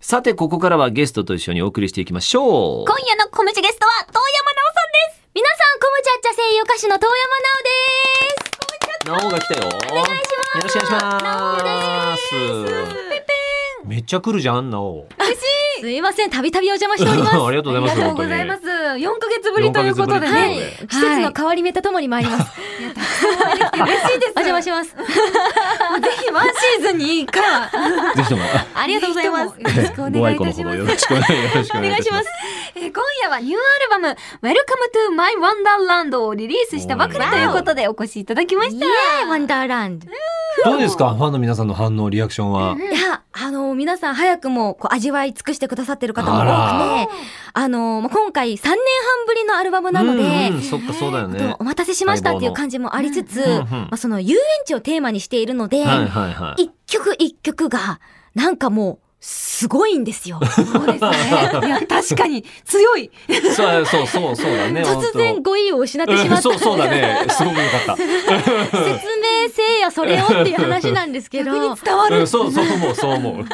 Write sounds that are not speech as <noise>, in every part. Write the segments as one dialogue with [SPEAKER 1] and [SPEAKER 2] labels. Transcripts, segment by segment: [SPEAKER 1] さて、ここからはゲストと一緒にお送りしていきましょう。
[SPEAKER 2] 今夜の小虫ゲストは、遠山奈緒さんです皆さん、こむちゃっちゃ声優歌手の遠山
[SPEAKER 1] なおが来たよ。お願いします。よろしくお願いします。めっちゃ来るじゃん、なお。
[SPEAKER 2] 奈緒ですすいません、たびたびお邪魔しております。
[SPEAKER 1] <laughs> ありがとうございます。。
[SPEAKER 3] ありがとうございますす。4ヶ月ぶりということで
[SPEAKER 1] 4ヶ
[SPEAKER 3] ね。
[SPEAKER 1] 月ぶりということで
[SPEAKER 3] 季節の変わり目とともに参ります。嬉しいです。
[SPEAKER 2] お邪魔します。
[SPEAKER 3] ぜひワンシーズンに一回は。
[SPEAKER 1] ぜひとも。
[SPEAKER 2] ありがとうございます。
[SPEAKER 3] ぜひともよろしくお
[SPEAKER 1] ご
[SPEAKER 3] 願い
[SPEAKER 1] 愛
[SPEAKER 3] い
[SPEAKER 1] 顧のほ
[SPEAKER 3] たし
[SPEAKER 1] ど
[SPEAKER 3] ます
[SPEAKER 1] よ。ろしくお願いよろしくお
[SPEAKER 3] お
[SPEAKER 1] 願いい
[SPEAKER 3] 願
[SPEAKER 1] た
[SPEAKER 3] い
[SPEAKER 1] し
[SPEAKER 3] し
[SPEAKER 1] ま
[SPEAKER 3] ます
[SPEAKER 1] す。。
[SPEAKER 3] えー今夜はニューアルバム、Welcome to My Wonderland をリリースしたばかりということでお越しいただきました。
[SPEAKER 2] イエーイワンダーランド。い
[SPEAKER 1] どうですか、ファンの皆さんの反応、リアクションは。
[SPEAKER 2] や、あの、皆さん早くもこう味わい尽くしてくださってる方も多くて、
[SPEAKER 1] あ
[SPEAKER 2] あの、まあ、今回3年半ぶりのアルバムなので、
[SPEAKER 1] うんうん、そっか、そうだよ
[SPEAKER 2] ちょっと
[SPEAKER 1] ね。
[SPEAKER 2] お待たせしましたっていう感じもありつつ、
[SPEAKER 1] んうんうん
[SPEAKER 2] まあ、その遊園地をテーマにしているので、
[SPEAKER 1] はいはいはい。
[SPEAKER 2] 一曲一曲が、なんかもう、すごいんですよ。
[SPEAKER 3] そうですね。いや、確かに強い。
[SPEAKER 1] そうそうそうそうだね。
[SPEAKER 2] 突然語彙を失ってしま
[SPEAKER 1] うん
[SPEAKER 2] った。
[SPEAKER 1] そうそうだね。すごく良かっ
[SPEAKER 2] 説明せいやそれをっていう話なんですけど、
[SPEAKER 3] 逆
[SPEAKER 2] な
[SPEAKER 3] に伝わ
[SPEAKER 1] た。う
[SPEAKER 3] る
[SPEAKER 1] ん、。そうそう思うそう思う。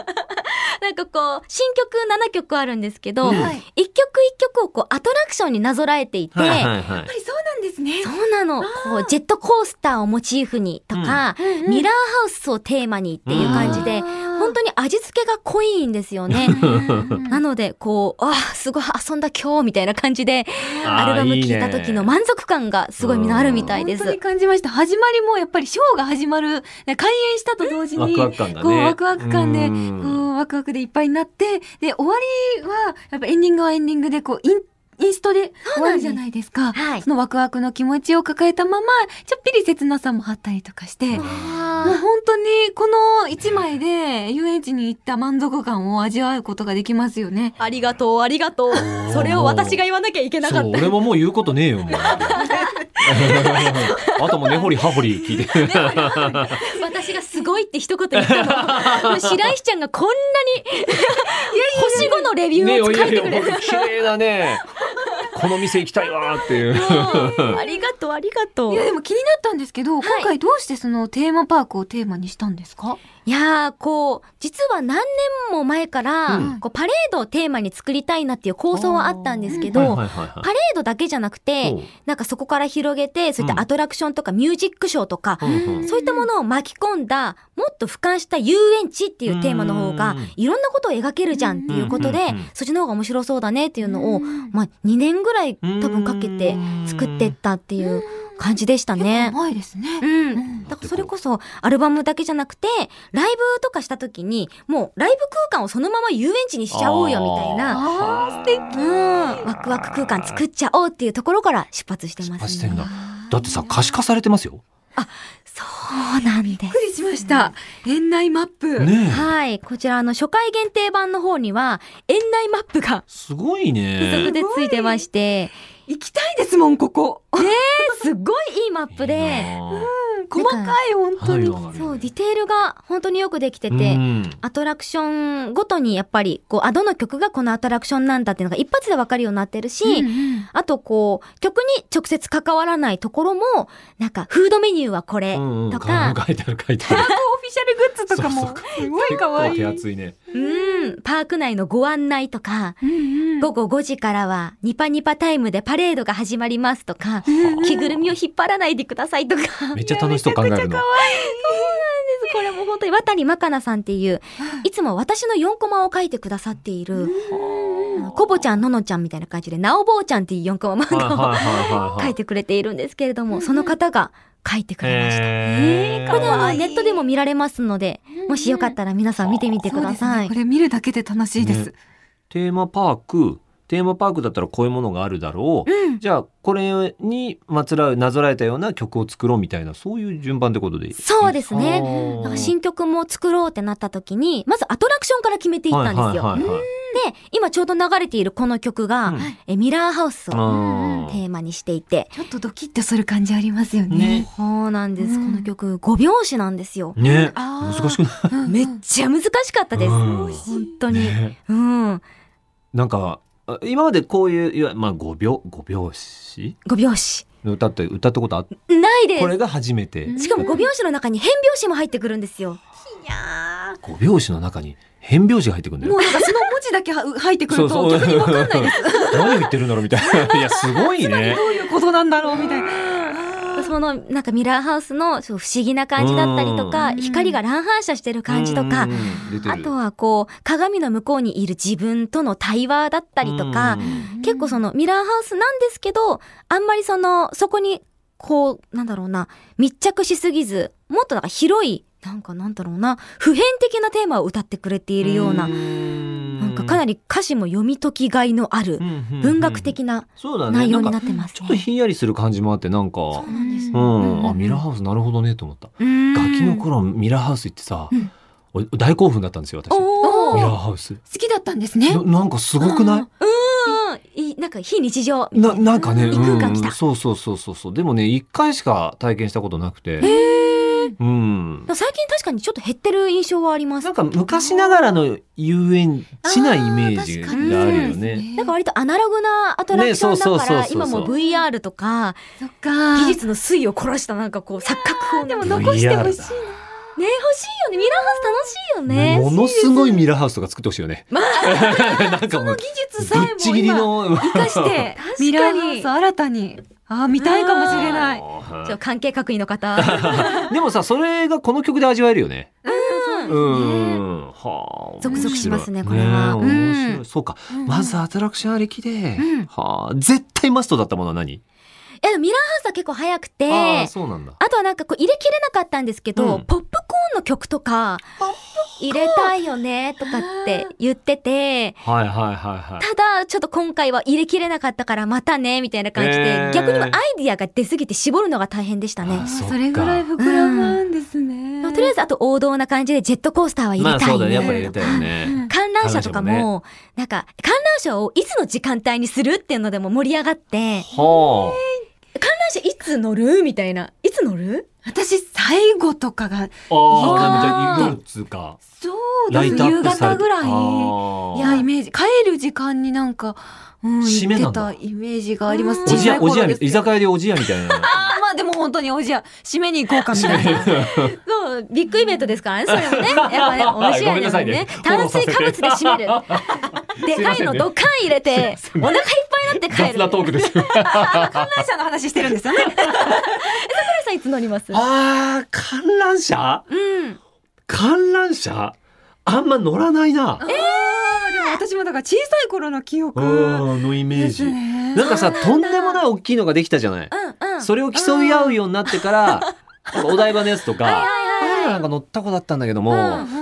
[SPEAKER 2] んかこう、新曲7曲あるんですけど、
[SPEAKER 1] う
[SPEAKER 2] 一、
[SPEAKER 1] ん
[SPEAKER 2] 曲一曲をこう、アトラクションになぞらえていて、
[SPEAKER 1] はいはいはい
[SPEAKER 3] やっぱ。りそうなんですね。
[SPEAKER 2] そうなの、こう、ジェットコースターをモチーフにとか、
[SPEAKER 3] うんうん
[SPEAKER 2] ミラーハウスをテーマにっていう感じで、本当に味付けが濃いんですよね。なので、こう、あーすごい遊んだ今日みたいな感じで、アルバム聴いた時の
[SPEAKER 1] あ
[SPEAKER 2] 満足感がすごいみんなあるみたいで
[SPEAKER 3] 本当に
[SPEAKER 2] す。
[SPEAKER 3] 感じました。始まりもやっぱりショーが始まる、ね開演したと同時
[SPEAKER 1] ーいい
[SPEAKER 3] に、
[SPEAKER 1] ねワクワク感だ
[SPEAKER 3] こう
[SPEAKER 1] ね。
[SPEAKER 3] ワクワク感で、
[SPEAKER 1] う
[SPEAKER 3] こ
[SPEAKER 1] ん
[SPEAKER 3] うワクワクでいっぱいになって、で、終わりは、やっぱエンディングはエンディングで、こう、イン、インストで終わるじゃないですか。
[SPEAKER 2] はい。
[SPEAKER 3] そのワクワクの気持ちを抱えたまま、ちょっぴり切なさもあったりとかして、もう
[SPEAKER 2] あ
[SPEAKER 3] 本当にこの一枚で遊園地に行った満足感を味わうことができますよね。
[SPEAKER 2] りがとう、ありがとう
[SPEAKER 1] ー
[SPEAKER 2] 言わなきゃいけ
[SPEAKER 1] そう、俺ももう言うことねえよ、もう。
[SPEAKER 2] <laughs>
[SPEAKER 1] あともう根掘り葉掘り聞いて。
[SPEAKER 2] 私がすごいって一言言ったの。もう白石ちゃんがこんなに星5のレビュ
[SPEAKER 1] <laughs> ね
[SPEAKER 2] ー
[SPEAKER 1] お
[SPEAKER 2] を
[SPEAKER 1] い
[SPEAKER 2] 書い
[SPEAKER 1] やい
[SPEAKER 2] て
[SPEAKER 1] や、
[SPEAKER 2] くれる。
[SPEAKER 1] 綺麗だね。この店行きたいわーっ
[SPEAKER 2] <laughs>
[SPEAKER 1] ていう。
[SPEAKER 2] ありがとう、ありがと
[SPEAKER 3] いやでも気になったんですけど、今回どうしてそのテーマパークをテーマにしたんですか
[SPEAKER 2] いやー、こう、実は何年も前から、
[SPEAKER 1] うん
[SPEAKER 2] こうパレードをテーマに作りたいなっていう構想はあったんですけど、
[SPEAKER 1] はいはいはいはい
[SPEAKER 2] パレードだけじゃなく
[SPEAKER 1] おう
[SPEAKER 2] て、なんかそこから広げて、そういったアトラクションとかミュージックショーとか、
[SPEAKER 1] うんうん
[SPEAKER 2] そういったものを巻き込んだ、もっと俯瞰した遊園地っていうテーマの方
[SPEAKER 1] う
[SPEAKER 2] が
[SPEAKER 1] ん、
[SPEAKER 2] いろんなことを描けるじゃんっていうことで
[SPEAKER 1] うんうんうん、
[SPEAKER 2] そっちの方が面白そうだねっていうの
[SPEAKER 3] う
[SPEAKER 2] を、
[SPEAKER 3] ん
[SPEAKER 2] まあ2年ぐらい多分かけて作ってったっていう感じでしたね。
[SPEAKER 3] 前ですね。
[SPEAKER 2] うん
[SPEAKER 3] うん
[SPEAKER 2] だからそれこそアルバムだけじゃなくてライブとかした時にもうライブ空間をそのまま遊園地にしちゃおうよみたいな
[SPEAKER 3] あー素敵。
[SPEAKER 2] うんワクワク空間作っちゃおうっていうところから出発してます、ね、
[SPEAKER 1] してんだ。だってさ、可視化されてますよ。
[SPEAKER 2] そうなんで
[SPEAKER 3] びっく
[SPEAKER 2] す
[SPEAKER 3] りしました。園内マップ。
[SPEAKER 1] ねえ。
[SPEAKER 2] はいこちらあの初回限定版の方には園内マップが
[SPEAKER 1] すごい
[SPEAKER 2] 付
[SPEAKER 1] ね
[SPEAKER 2] 属。でついてまして、
[SPEAKER 3] 行きたいですもん、ここ。
[SPEAKER 2] すっごいいいマップ
[SPEAKER 1] いい
[SPEAKER 2] で
[SPEAKER 1] なー
[SPEAKER 3] 細かい、本当
[SPEAKER 1] 花
[SPEAKER 3] に。
[SPEAKER 1] 火が上がる
[SPEAKER 2] そ
[SPEAKER 1] よ
[SPEAKER 2] う
[SPEAKER 1] ね
[SPEAKER 2] ディテールが本当によくできてて、
[SPEAKER 1] うん
[SPEAKER 2] アトラクションごとにやっぱりこうあどの曲がこのアトラクションなんだっていうのが一発でわかるようになってるし、
[SPEAKER 3] うん
[SPEAKER 2] あとこう曲に直接関わらないところもなんかフードメニューはこれ
[SPEAKER 1] うんうん
[SPEAKER 2] とか、
[SPEAKER 1] 書いてある書いてある。
[SPEAKER 3] オフィシャルグッズと
[SPEAKER 1] そ
[SPEAKER 3] か
[SPEAKER 1] う
[SPEAKER 3] も
[SPEAKER 1] そ、
[SPEAKER 3] すごい可愛い。
[SPEAKER 1] 結構手厚いね。
[SPEAKER 2] うんパーク内のご案内とか、
[SPEAKER 3] うんうん
[SPEAKER 2] 午後5時からはニパニパタイムでパレードが始まりますとか、着ぐるみを引っ張らないでくださいとか。
[SPEAKER 1] めっちゃ楽しそう考えるの。
[SPEAKER 2] これもう本当に渡りまかなさんっていう、いつも私の4コマを書いてくださっている、あのコボちゃん、ののちゃんみたいな感じで、なおぼうちゃんっていう4コマ漫
[SPEAKER 1] はいはい
[SPEAKER 2] 画を
[SPEAKER 1] はいは
[SPEAKER 2] <laughs>
[SPEAKER 1] い
[SPEAKER 2] 書いてくれているんですけれども、その方が書いてくれました。
[SPEAKER 1] へー
[SPEAKER 2] これあのネットでも見られますので、もしよかったら皆さん見てみてくだ
[SPEAKER 3] そうです
[SPEAKER 2] さ
[SPEAKER 3] ね
[SPEAKER 2] い
[SPEAKER 3] こ。れ見るだけで楽しいで
[SPEAKER 1] ね
[SPEAKER 3] す。
[SPEAKER 1] テーマパークテーマパークだったらこういうものがあるだろう、
[SPEAKER 2] うん。
[SPEAKER 1] じゃあこれにまつらうなぞらえたような曲を作ろうみたいなそういう順番ってことでいい
[SPEAKER 2] そうですね
[SPEAKER 1] あー
[SPEAKER 2] なんか新曲も作ろうってなった時に、まずアトラクションから決めていったんですよ。
[SPEAKER 1] はいはいはいはい
[SPEAKER 2] で、今ちょうど流れているこの曲が、
[SPEAKER 1] うん
[SPEAKER 2] えミラーハウスを
[SPEAKER 1] あ
[SPEAKER 2] テ
[SPEAKER 1] ー
[SPEAKER 2] ーマにしていて、
[SPEAKER 3] ちょっとドキッとする感じありますよね。
[SPEAKER 2] そうなんです。
[SPEAKER 3] うん
[SPEAKER 2] この曲、5拍子なんですよ。
[SPEAKER 1] ね
[SPEAKER 3] あー
[SPEAKER 1] 難しくな
[SPEAKER 3] うん
[SPEAKER 2] めっちゃ難しかったです。
[SPEAKER 1] うん
[SPEAKER 2] 本当
[SPEAKER 1] い、
[SPEAKER 2] に。
[SPEAKER 1] ね、
[SPEAKER 2] うん。
[SPEAKER 1] なんかあ今までこういういわゆるまあ5秒5拍子
[SPEAKER 2] 5拍子。
[SPEAKER 1] の歌って歌ったことあっ
[SPEAKER 2] ないで
[SPEAKER 1] これが初めて
[SPEAKER 3] うん
[SPEAKER 2] す。しかも5拍子の中に変拍子も入ってくるんですよ。
[SPEAKER 3] いやー
[SPEAKER 1] 五拍子の中に変拍子が入ってくるんだ
[SPEAKER 3] も
[SPEAKER 1] よ
[SPEAKER 3] う。なんかその文字だけは入ってくると逆にわかんないです。
[SPEAKER 1] <laughs> 何を言ってるんだろうみたい
[SPEAKER 2] <laughs>
[SPEAKER 1] な。いや、すごいね
[SPEAKER 3] ど。ういうことなんだろうみたいな。
[SPEAKER 2] そのなんかミラーハウスのそう不思議な感じだったりとか
[SPEAKER 3] うん
[SPEAKER 2] 光が乱反射してる感じとか
[SPEAKER 1] うんうんうん。出てる
[SPEAKER 2] あとはこう鏡の向こうにいる自分との対話だったりとか
[SPEAKER 1] うん
[SPEAKER 2] 結構そのミラーハウスなんですけどあんまりそのそこにこうなんだろうな密着しすぎずもっとなんか広いなんかなんだろうな普遍的なテーマを歌ってくれているようななんかかなり歌詞も読み解きがいのある文学的な
[SPEAKER 1] な
[SPEAKER 2] 内容にな
[SPEAKER 1] っ
[SPEAKER 2] ってます
[SPEAKER 1] ちょっとひんやりする感じもあって、なんか
[SPEAKER 2] そう、なんです
[SPEAKER 1] う
[SPEAKER 2] よ
[SPEAKER 1] ん、あ、ミラーハウスなるほどねと思った。
[SPEAKER 2] うん
[SPEAKER 1] ガキの頃、ミラーハウス行ってさ
[SPEAKER 2] うん、
[SPEAKER 1] 俺大興奮だったんですよ、私。ミ
[SPEAKER 2] おー
[SPEAKER 1] ラーハウス。
[SPEAKER 3] 好きだったんですね。
[SPEAKER 1] ななんかすごくない
[SPEAKER 2] うんいなんか非日常みたい
[SPEAKER 1] ななんかね、
[SPEAKER 2] 異
[SPEAKER 1] う
[SPEAKER 2] 空間来
[SPEAKER 1] ん、
[SPEAKER 2] た
[SPEAKER 1] そうそうそうそうそうでもね一回しか体験したことなくて、うん、
[SPEAKER 2] な最近確かにちょっと減ってる印象はあります
[SPEAKER 1] なんか昔ながらの遊園地なイメージ
[SPEAKER 3] あ
[SPEAKER 1] があ
[SPEAKER 3] ー確かに
[SPEAKER 1] るよね。
[SPEAKER 2] なんか割とアナログなアトラクションだ
[SPEAKER 1] ね
[SPEAKER 2] か
[SPEAKER 1] そうそうそう
[SPEAKER 2] ら
[SPEAKER 1] そう
[SPEAKER 2] 今も VR とか
[SPEAKER 3] そっか。
[SPEAKER 2] 技術の粋を殺したなんかこう錯覚を
[SPEAKER 3] で
[SPEAKER 2] で
[SPEAKER 3] も
[SPEAKER 2] も
[SPEAKER 1] な
[SPEAKER 2] ね
[SPEAKER 1] ん
[SPEAKER 3] 残してほし
[SPEAKER 1] VR
[SPEAKER 3] い
[SPEAKER 1] だ
[SPEAKER 2] 欲しいよねミラーハウス楽しいよね
[SPEAKER 1] ものすごいミラーハウスとか作ってほしいよね。
[SPEAKER 2] ま
[SPEAKER 1] なんかもう
[SPEAKER 3] 技術
[SPEAKER 1] ぶっ
[SPEAKER 3] さえ
[SPEAKER 1] ち
[SPEAKER 3] も
[SPEAKER 1] ぎり
[SPEAKER 3] 今
[SPEAKER 1] の
[SPEAKER 3] 生
[SPEAKER 1] <laughs>
[SPEAKER 3] かしてミラーハウス新たにあー見たいかもしれない。
[SPEAKER 2] ちょっと関係各位の
[SPEAKER 1] <laughs>
[SPEAKER 2] 方
[SPEAKER 1] でもさそれがこの曲で味わえるよね。
[SPEAKER 2] うん
[SPEAKER 1] うん。はあ。
[SPEAKER 2] ゾクゾクしますね
[SPEAKER 1] 面
[SPEAKER 2] こ
[SPEAKER 1] 白い
[SPEAKER 2] れは
[SPEAKER 1] ねえ面
[SPEAKER 2] う
[SPEAKER 1] 白
[SPEAKER 2] ん
[SPEAKER 1] い。そうか。まずアトラクションありきで
[SPEAKER 2] うん、
[SPEAKER 1] はあ。絶対マストだったものは何？
[SPEAKER 2] いやでもミラーハウスは結構早くて
[SPEAKER 1] ああ
[SPEAKER 2] あ
[SPEAKER 1] そうなんだ。
[SPEAKER 2] とはなんかこう入れきれなかったんですけど、
[SPEAKER 1] うん
[SPEAKER 2] ポップコーンの曲とか入れたいよねとかって言ってて
[SPEAKER 1] はいはいはいはい。
[SPEAKER 2] ただちょっと今回は入れきれなかったからまたねみたいな感じで、
[SPEAKER 1] えー
[SPEAKER 2] 逆にもアイディアが出すぎて絞るのが大変でしたね
[SPEAKER 1] あ。そっ
[SPEAKER 3] そ
[SPEAKER 1] か
[SPEAKER 3] れぐらい膨らむんですね。
[SPEAKER 2] まあとりあえずあと王道な感じでジェットコースターは入れたい、
[SPEAKER 1] まあそうだねやっぱり
[SPEAKER 2] ね
[SPEAKER 1] 入れたいよね。
[SPEAKER 2] 観覧車とかも
[SPEAKER 1] 観覧車
[SPEAKER 2] なんか観覧車をいつの時間帯にするっていうのでも盛り上がって
[SPEAKER 1] は
[SPEAKER 2] 観覧車いつ乗るみたいないつ乗る
[SPEAKER 3] 私最後とかが
[SPEAKER 1] あ。ああ
[SPEAKER 2] いいかな
[SPEAKER 1] じゃあ夜っつうか。
[SPEAKER 3] そう
[SPEAKER 1] ラ
[SPEAKER 3] で
[SPEAKER 1] イ
[SPEAKER 3] す
[SPEAKER 1] トア
[SPEAKER 3] 夕
[SPEAKER 1] ップされ
[SPEAKER 3] 方ぐらいいやイ
[SPEAKER 1] い
[SPEAKER 3] メージ帰る時間になんか、うん、
[SPEAKER 1] 締め
[SPEAKER 3] 行っ
[SPEAKER 1] なん
[SPEAKER 3] て
[SPEAKER 1] だ
[SPEAKER 3] たイメージがあります。
[SPEAKER 2] うん
[SPEAKER 1] おじやおじや
[SPEAKER 3] 小さい頃ですけ
[SPEAKER 1] 居
[SPEAKER 3] ど
[SPEAKER 1] 酒屋でおじやみた
[SPEAKER 2] <laughs>
[SPEAKER 1] いな。
[SPEAKER 3] あーまあでも本当におじや締めに行こうかみたいな。
[SPEAKER 2] そうビッグイベントです <laughs> からねそれもねやっぱねおいしいよね
[SPEAKER 1] ごめんなさいね
[SPEAKER 2] 炭水化物で締める
[SPEAKER 1] <laughs> す
[SPEAKER 2] で
[SPEAKER 1] い
[SPEAKER 2] か
[SPEAKER 1] ませ
[SPEAKER 2] い
[SPEAKER 1] んね
[SPEAKER 2] のドッカン入れてお腹いっぱいになって帰る
[SPEAKER 1] 雑なトークですよ。
[SPEAKER 3] 観覧車の <laughs> 話してるんです
[SPEAKER 1] <laughs>
[SPEAKER 3] よね。
[SPEAKER 2] さんいつ乗ります
[SPEAKER 1] ああ観覧車？
[SPEAKER 2] うん。
[SPEAKER 1] 観覧車？あんま乗らないな。
[SPEAKER 3] あーでも私もだから小さい頃の記憶
[SPEAKER 1] うんのイメー
[SPEAKER 3] で
[SPEAKER 1] ジ
[SPEAKER 3] す。ね。
[SPEAKER 1] なんかさとんでもない大きいのができたじゃない。
[SPEAKER 2] うんうん。
[SPEAKER 1] それを競い合うようになって
[SPEAKER 2] <laughs>
[SPEAKER 1] から、なんかお台場のやつとか、
[SPEAKER 2] はいはいはい
[SPEAKER 1] あれなんか乗った子だったんだけども、
[SPEAKER 2] うん
[SPEAKER 1] あんま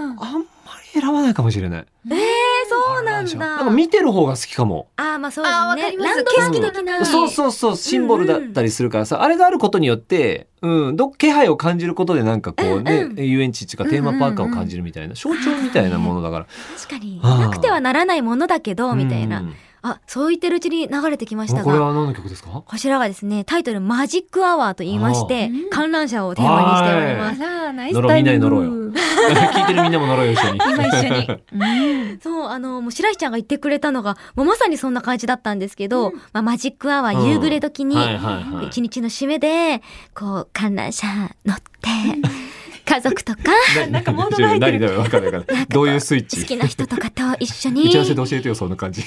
[SPEAKER 1] り選ばないかもしれない。
[SPEAKER 2] ええそうなんだ。
[SPEAKER 1] なんか見てる方が好きかも。
[SPEAKER 2] あーまあそう
[SPEAKER 3] あーわか
[SPEAKER 2] です
[SPEAKER 3] り
[SPEAKER 2] ね。
[SPEAKER 3] ます
[SPEAKER 2] ランドマーク的な。
[SPEAKER 1] そうそうそう、シンボルだったりするからさ、あれがあることによって、うん、ど気配を感じることでなんかこうね、
[SPEAKER 2] うん
[SPEAKER 1] 遊園地っていうかテーマパークを感じるみたいな、象徴みたいなものだから。
[SPEAKER 2] 確かに。
[SPEAKER 1] あー
[SPEAKER 2] なくてはならないものだけど、みたいうな。
[SPEAKER 1] ん
[SPEAKER 2] あ、そう言ってるうちに流れてきました
[SPEAKER 1] これ
[SPEAKER 2] が。
[SPEAKER 1] は何の曲ですか
[SPEAKER 2] こちらがですね、タイトルマジックアワーと言いまして
[SPEAKER 3] あー、
[SPEAKER 2] 観覧車をテーマにしておりま
[SPEAKER 1] は
[SPEAKER 2] す。
[SPEAKER 3] らナ
[SPEAKER 1] 乗ろうみんなで乗ろうよ聞いてるみんなも乗ろうよ、一緒に。
[SPEAKER 3] 今一緒に。うん
[SPEAKER 2] そう、あの、もう白石ちゃんが言ってくれたのが、もうまさにそんな感じだったんですけど、まあ、マジックアワー夕暮れ時に、
[SPEAKER 1] はいはいはい
[SPEAKER 2] 一日の締めで、こう、観覧車乗って、
[SPEAKER 1] <laughs>
[SPEAKER 2] 家族とか、
[SPEAKER 1] なんか
[SPEAKER 3] モードが入ってる
[SPEAKER 1] 何だよわかんないわかんないどういうスイッ
[SPEAKER 2] 好
[SPEAKER 1] チ
[SPEAKER 2] きな人とかと一緒
[SPEAKER 1] 打
[SPEAKER 2] に
[SPEAKER 1] ち合わせで教えてよ、そんな感じ。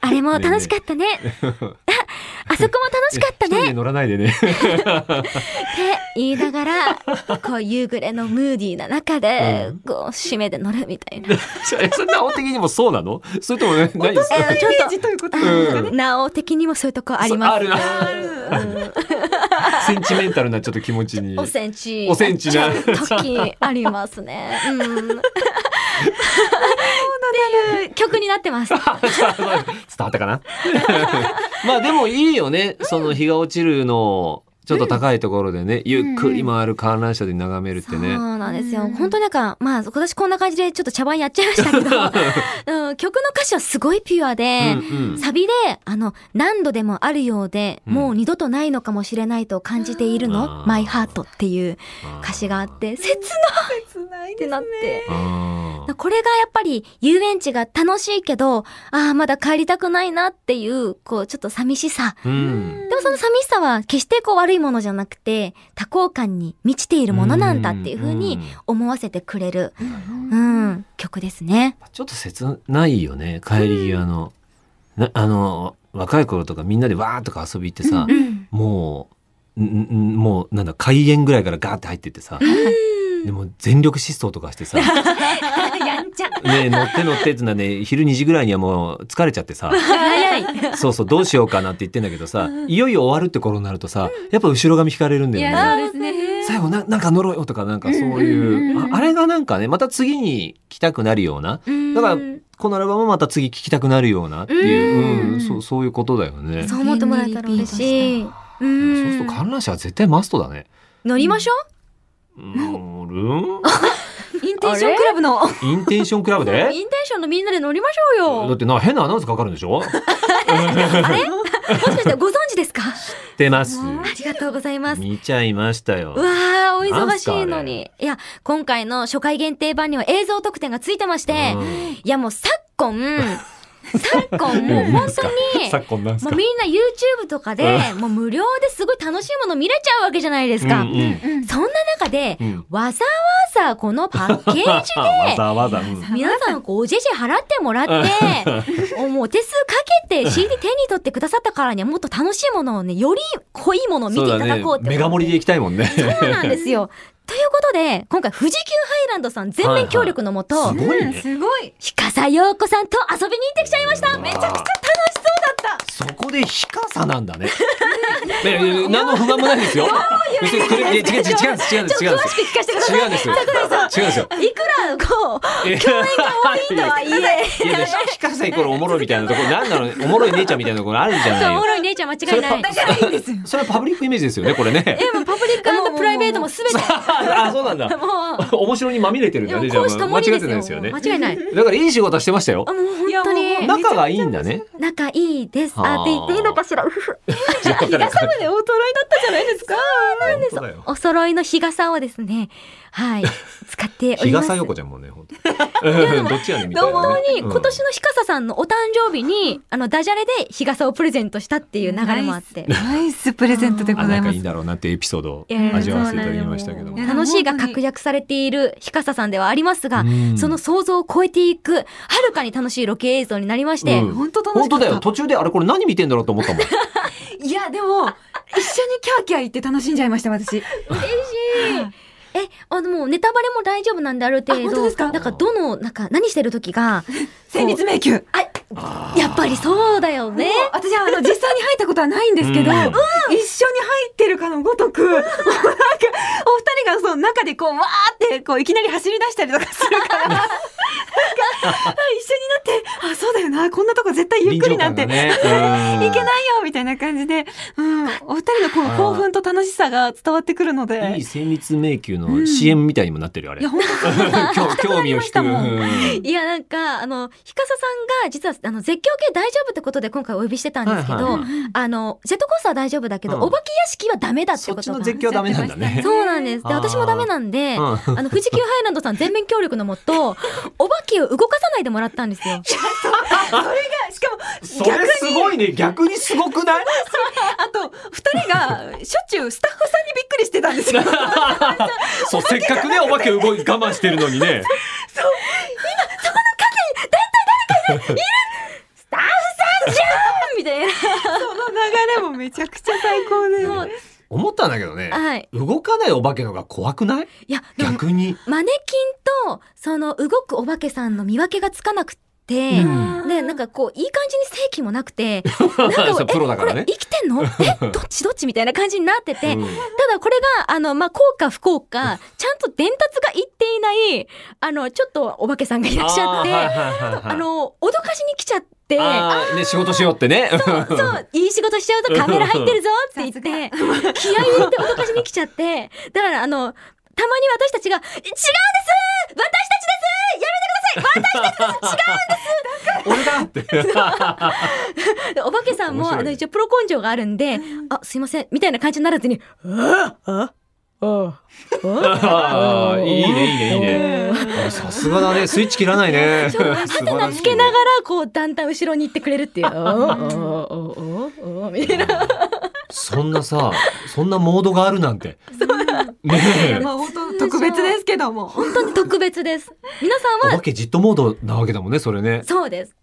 [SPEAKER 2] あれも楽しかったねああそこも楽しかった
[SPEAKER 1] 一人
[SPEAKER 2] ね
[SPEAKER 1] で乗らないでね。
[SPEAKER 2] って言いなが
[SPEAKER 1] <laughs>
[SPEAKER 2] らこう夕暮れのムーディーな中で、
[SPEAKER 1] うん
[SPEAKER 2] こう締めで乗るみたいな
[SPEAKER 1] <laughs> そんな音的にもそうなのそれともね、何です
[SPEAKER 2] えちょっ
[SPEAKER 3] イメージということ
[SPEAKER 1] う
[SPEAKER 3] で
[SPEAKER 2] <laughs>
[SPEAKER 1] ん
[SPEAKER 2] なお的にもそういうとこあります
[SPEAKER 1] あるあ
[SPEAKER 2] うん
[SPEAKER 1] センチメンタルなちょっと気持ちに。
[SPEAKER 2] おセンチ
[SPEAKER 1] おセンチな
[SPEAKER 2] 時ありますねうんっていう曲になって
[SPEAKER 1] <laughs>
[SPEAKER 2] ます
[SPEAKER 1] 伝わったかなまあでもいいよね、その日が落ちるのをちょっと高いところでね、ゆっくり回る観覧車で眺めるってね、
[SPEAKER 2] そうなんですよ。
[SPEAKER 3] うん
[SPEAKER 2] 本当になんか、まあ、私こんな感じでちょっと茶番やっちゃいましたけ
[SPEAKER 1] <laughs>
[SPEAKER 2] ど、うん、曲の歌詞はすごいピュアで、
[SPEAKER 1] うんうん
[SPEAKER 2] サビで、あの、何度でもあるようで、
[SPEAKER 1] うん
[SPEAKER 2] もう二度とないのかもしれないと感じているの、
[SPEAKER 1] あー
[SPEAKER 2] マイハートっていう歌詞があって、切な
[SPEAKER 3] 切ない
[SPEAKER 2] て
[SPEAKER 3] ですね。
[SPEAKER 2] なって。
[SPEAKER 1] あー
[SPEAKER 2] これがやっぱり遊園地が楽しいけど、ああ、まだ帰りたくないなっていう、こう、ちょっと寂しさ。
[SPEAKER 1] う。
[SPEAKER 3] うん
[SPEAKER 2] でもその寂しさは決してこう悪いものじゃなくて、多幸感に満ちているものなんだっていうふうに
[SPEAKER 1] ん。
[SPEAKER 2] 思わせてくれる、う
[SPEAKER 3] うん
[SPEAKER 2] ん、曲ですね。
[SPEAKER 1] ちょっと切ないよね。帰り際の。なあの、若い頃とかみんなでわーっとか遊び行ってさ
[SPEAKER 3] う、
[SPEAKER 2] ん。
[SPEAKER 1] もう、んんもうなんだ、開園ぐらいからガーって入ってってさ、でも全力疾走とかしてさ、
[SPEAKER 3] やんちゃ。
[SPEAKER 1] ね、乗って乗ってってのはね、昼2時ぐらいにはもう疲れちゃってさ、
[SPEAKER 3] 早い。
[SPEAKER 1] そうそう、どうしようかなって言ってんだけどさ、いよいよ終わるって頃になるとさ、やっぱ後ろ髪引かれるんだ
[SPEAKER 3] い
[SPEAKER 1] よね。
[SPEAKER 3] や、そうですね。
[SPEAKER 1] 最後ななんか乗ろうよとかなんかそう
[SPEAKER 3] うんうん
[SPEAKER 1] いううん
[SPEAKER 3] うん
[SPEAKER 1] ああれがなんかねまた次に来たくなるような
[SPEAKER 2] うん
[SPEAKER 1] だからこのアルバムもまた次聴きたくなるようなっていう
[SPEAKER 2] うん
[SPEAKER 1] うんそうそういうことだよね。
[SPEAKER 2] そう思ってもらえたら嬉しい。う
[SPEAKER 1] そうする
[SPEAKER 2] ん
[SPEAKER 1] と。観覧車は絶対マストだね。
[SPEAKER 2] 乗りましょ
[SPEAKER 1] うん、ルン
[SPEAKER 3] インテンションクラブの。
[SPEAKER 1] インテンションクラブ
[SPEAKER 2] う。
[SPEAKER 1] で
[SPEAKER 2] インテンションのみんなで乗りましょう
[SPEAKER 1] だっ
[SPEAKER 2] よ。
[SPEAKER 1] てな変なアナウンスかかるんでしょ
[SPEAKER 2] もしかしてご存知ですか
[SPEAKER 1] 知ってます。
[SPEAKER 2] ありがとうござい
[SPEAKER 1] <laughs>
[SPEAKER 2] ます。
[SPEAKER 1] 見ちゃいましたよ
[SPEAKER 2] う。わあ、お忙しいの
[SPEAKER 1] なん
[SPEAKER 2] に。いや、今回の初回限定版には映像特典がついてまして、
[SPEAKER 1] うん
[SPEAKER 2] いやもう昨今、
[SPEAKER 1] <laughs>
[SPEAKER 2] 昨今、もう
[SPEAKER 1] うんなん
[SPEAKER 2] 本
[SPEAKER 1] すか
[SPEAKER 2] 当に、
[SPEAKER 1] 昨今なんす
[SPEAKER 2] も
[SPEAKER 1] か
[SPEAKER 2] うみんな YouTube とかで、もう無料ですごい楽しいもの見れちゃうわけじゃないですか。
[SPEAKER 1] うんうん
[SPEAKER 2] そんな中で、
[SPEAKER 1] うん
[SPEAKER 2] わざわざこのパッケージ
[SPEAKER 1] <laughs> わ
[SPEAKER 2] で、
[SPEAKER 1] ざわざ。うん
[SPEAKER 2] 皆さんこうおじじ払ってもら <laughs> って、もう手数かけて <laughs> CD 手に取ってくださったからにはもっと楽しいものをね、より濃いものを見ていただこうって。
[SPEAKER 1] メガ盛りで行きたいもんね。
[SPEAKER 2] そうなんです <laughs> よ。ということで、今回富士急ハイランドさん全面協力のもと、
[SPEAKER 1] はいはいすごいね
[SPEAKER 3] うんすごい。
[SPEAKER 2] ひかさようこさんと遊びに行ってきちゃいました。
[SPEAKER 1] めちゃくちゃ楽しそうだった。そこでひかさなん <laughs> だね。いやいやいや何の不満もないですよ。別にこれいや違う違う違うんです違うんです違うんです。
[SPEAKER 2] 詳しく聞かせてください。
[SPEAKER 1] 違うんですよ。違うんですよ。
[SPEAKER 2] いくらこう、
[SPEAKER 1] 共
[SPEAKER 2] い
[SPEAKER 1] 演
[SPEAKER 2] いとはいえ。
[SPEAKER 1] いやいやひかさイコールおもろいみたいなところなんだろうねおもろい姉ちゃんみたいなところあるじゃ
[SPEAKER 2] そう、
[SPEAKER 1] ない
[SPEAKER 2] おも
[SPEAKER 1] よ。
[SPEAKER 2] ろい姉ちゃん間違いない。
[SPEAKER 1] そ
[SPEAKER 2] だ
[SPEAKER 1] れ
[SPEAKER 2] からいいですよ。
[SPEAKER 1] <laughs> それはパブリックイメージですよねこれ <laughs> ね。
[SPEAKER 2] でもパブリックプライベートも <laughs> すべて、
[SPEAKER 1] あそうなんだ。
[SPEAKER 2] もう、
[SPEAKER 1] 面白にまみれてるん
[SPEAKER 2] で
[SPEAKER 1] だ
[SPEAKER 2] も
[SPEAKER 1] ねじゃあ
[SPEAKER 2] 公私と
[SPEAKER 1] 間
[SPEAKER 2] も
[SPEAKER 1] 違
[SPEAKER 2] に
[SPEAKER 1] って
[SPEAKER 2] で
[SPEAKER 1] ないです
[SPEAKER 2] す
[SPEAKER 1] よ
[SPEAKER 2] よ。
[SPEAKER 1] ね
[SPEAKER 2] 間。違いない。
[SPEAKER 1] だからいい仕事してましたよ
[SPEAKER 2] あ、。もう本当
[SPEAKER 3] いや
[SPEAKER 2] に
[SPEAKER 3] も。う
[SPEAKER 1] 仲がいいんだね。
[SPEAKER 2] 仲いいです。
[SPEAKER 1] はあ
[SPEAKER 2] あ、で、いいのかしら。うふふ
[SPEAKER 1] いやわかんない
[SPEAKER 3] 朝までお揃いだったじゃないですか。
[SPEAKER 1] 本当だよ
[SPEAKER 2] お揃いの日傘をですね、はい、使ってお
[SPEAKER 1] 日
[SPEAKER 2] ります。
[SPEAKER 1] 傘横ちゃんもね、本当。うんどっちやねんみたいなね。
[SPEAKER 2] 本当に
[SPEAKER 1] うん
[SPEAKER 2] 今年の日傘さんのお誕生日に、あのダジャレで日傘をプレゼントしたっていう流れもあって。
[SPEAKER 3] ナイスプレゼントでご
[SPEAKER 1] あ
[SPEAKER 3] ざ
[SPEAKER 1] ないんか
[SPEAKER 3] ま
[SPEAKER 1] いいん
[SPEAKER 3] す。
[SPEAKER 1] だろうなっていうエピソードを
[SPEAKER 2] いやいや
[SPEAKER 1] 味わわせていただきましたけども。
[SPEAKER 3] そうなんだよ
[SPEAKER 2] 楽しいが確約されている日傘さんではありますが
[SPEAKER 1] う、ん
[SPEAKER 2] その想像を超えていく、はるかに楽しいロケ映像になりまして、
[SPEAKER 1] うん
[SPEAKER 3] 本当楽しかった。
[SPEAKER 1] 本当だよ途中であれこれ何見てんだろうと思ったも <laughs> ん
[SPEAKER 3] いや、でも、一緒にキャーキャー言って楽しんじゃいました、私。
[SPEAKER 2] え、あのもうネタバレも大丈夫なんである程
[SPEAKER 3] あ本当で
[SPEAKER 2] 度、
[SPEAKER 3] すか
[SPEAKER 2] なんかどの、なんか何してる時が、
[SPEAKER 3] 戦慄迷宮。
[SPEAKER 2] あやっぱりそうだよね。
[SPEAKER 3] 私はあの実際に入ったことはないんですけど、
[SPEAKER 1] うん
[SPEAKER 3] うん一緒に入ってるかのごとく、もうなんか、お二人がその中でこう、わーって、こう、いきなり走り出したりとかするから、なんか、あ一緒になって、あ、そうだよな、こんなとこ絶対ゆっくりなんて、
[SPEAKER 1] 臨場感がねうん
[SPEAKER 3] いけないよ、みたいな感じで、うん、お二人のこ
[SPEAKER 1] あー
[SPEAKER 3] う、興奮と楽しさが伝わってくるので
[SPEAKER 1] いい、精密迷宮の CM みたいにもなってるよあれ
[SPEAKER 3] いや、本当に
[SPEAKER 1] <laughs> 興興味を引く
[SPEAKER 3] 行きたくなりましたもん
[SPEAKER 1] うん
[SPEAKER 2] いや、なんか、あの、ひかささんが、実は、あの、絶叫系大丈夫ってことで今回お呼びしてたんですけど、
[SPEAKER 1] はいはいは
[SPEAKER 2] あの、ジェットコースターは大丈夫だけど、
[SPEAKER 1] うん
[SPEAKER 2] お化け屋敷はダメだって
[SPEAKER 1] そっ
[SPEAKER 2] こ
[SPEAKER 1] ち
[SPEAKER 2] と
[SPEAKER 1] の
[SPEAKER 2] が。
[SPEAKER 1] 絶叫はダメなんだね
[SPEAKER 2] そうなんです。で、
[SPEAKER 1] あー
[SPEAKER 2] 私もダメなんで、
[SPEAKER 1] うん
[SPEAKER 2] あの、富士急ハイランドさん全面協力のもと、お化けを動かさないでもらったんですよ。
[SPEAKER 3] しかも、
[SPEAKER 1] それすごいね逆にすごくない
[SPEAKER 3] あと、二人が、しょっちゅうスタッフさんにびっくりしてた
[SPEAKER 1] <laughs>
[SPEAKER 3] んですよ。
[SPEAKER 1] そうせっかくねお化け動い我慢してるのにね
[SPEAKER 2] みたいな。
[SPEAKER 3] その流れもめちゃくちゃ最高で。
[SPEAKER 2] もう
[SPEAKER 1] 思ったんだけどね
[SPEAKER 2] はい
[SPEAKER 1] 動かないお化けの方が怖くない
[SPEAKER 2] いや、でも、
[SPEAKER 1] 逆に
[SPEAKER 2] マネキンと、その、動くお化けさんの見分けがつかなくて、
[SPEAKER 1] うん
[SPEAKER 2] で、なんかこう、いい感じに正規もなくて、なん
[SPEAKER 1] そ
[SPEAKER 2] か
[SPEAKER 1] <laughs> うプロだから
[SPEAKER 2] えこ
[SPEAKER 1] ね
[SPEAKER 2] れ生きてん
[SPEAKER 1] <laughs>
[SPEAKER 2] のえどっちどっちみたいな感じになってて、
[SPEAKER 1] うん
[SPEAKER 2] ただこれが、あの、まあ、効果不効果、ちゃんと伝達がいっていない、あの、ちょっとお化けさんがいらっしゃって、あ,、
[SPEAKER 1] あーはいはいはいはい
[SPEAKER 2] の、脅かしに来ちゃって、
[SPEAKER 1] あーね仕事しようってね
[SPEAKER 2] そう、いい仕事しちゃうとカメラ入ってるぞって言って、気合い入れて脅かしに来ちゃって、だからあの、たまに私たちが、違うんです私たちですやめてください私たちです
[SPEAKER 1] <laughs> 俺だ
[SPEAKER 2] <laughs>
[SPEAKER 1] って
[SPEAKER 2] でお化けさん
[SPEAKER 1] 面
[SPEAKER 2] も、
[SPEAKER 1] 白い
[SPEAKER 3] <laughs>
[SPEAKER 2] あの、一応プロ根性があるんで、あ、すいません、みたいな感じにならずに、ああ、あ
[SPEAKER 1] あーいいねいいねいいね。あさすがだねスイッチ切らないね。 <laughs>
[SPEAKER 2] そうハテナつけながらこうだんだん後ろに行ってくれるっていうおーおーおーおーみたいな
[SPEAKER 1] そんなさそんなモードがあるなんて。ねえ
[SPEAKER 3] まあ本当特別ですけども。
[SPEAKER 2] 本当に特別です皆さん
[SPEAKER 1] お
[SPEAKER 2] は
[SPEAKER 1] 化けじっとモードなわけだもんねそれね。
[SPEAKER 2] そうです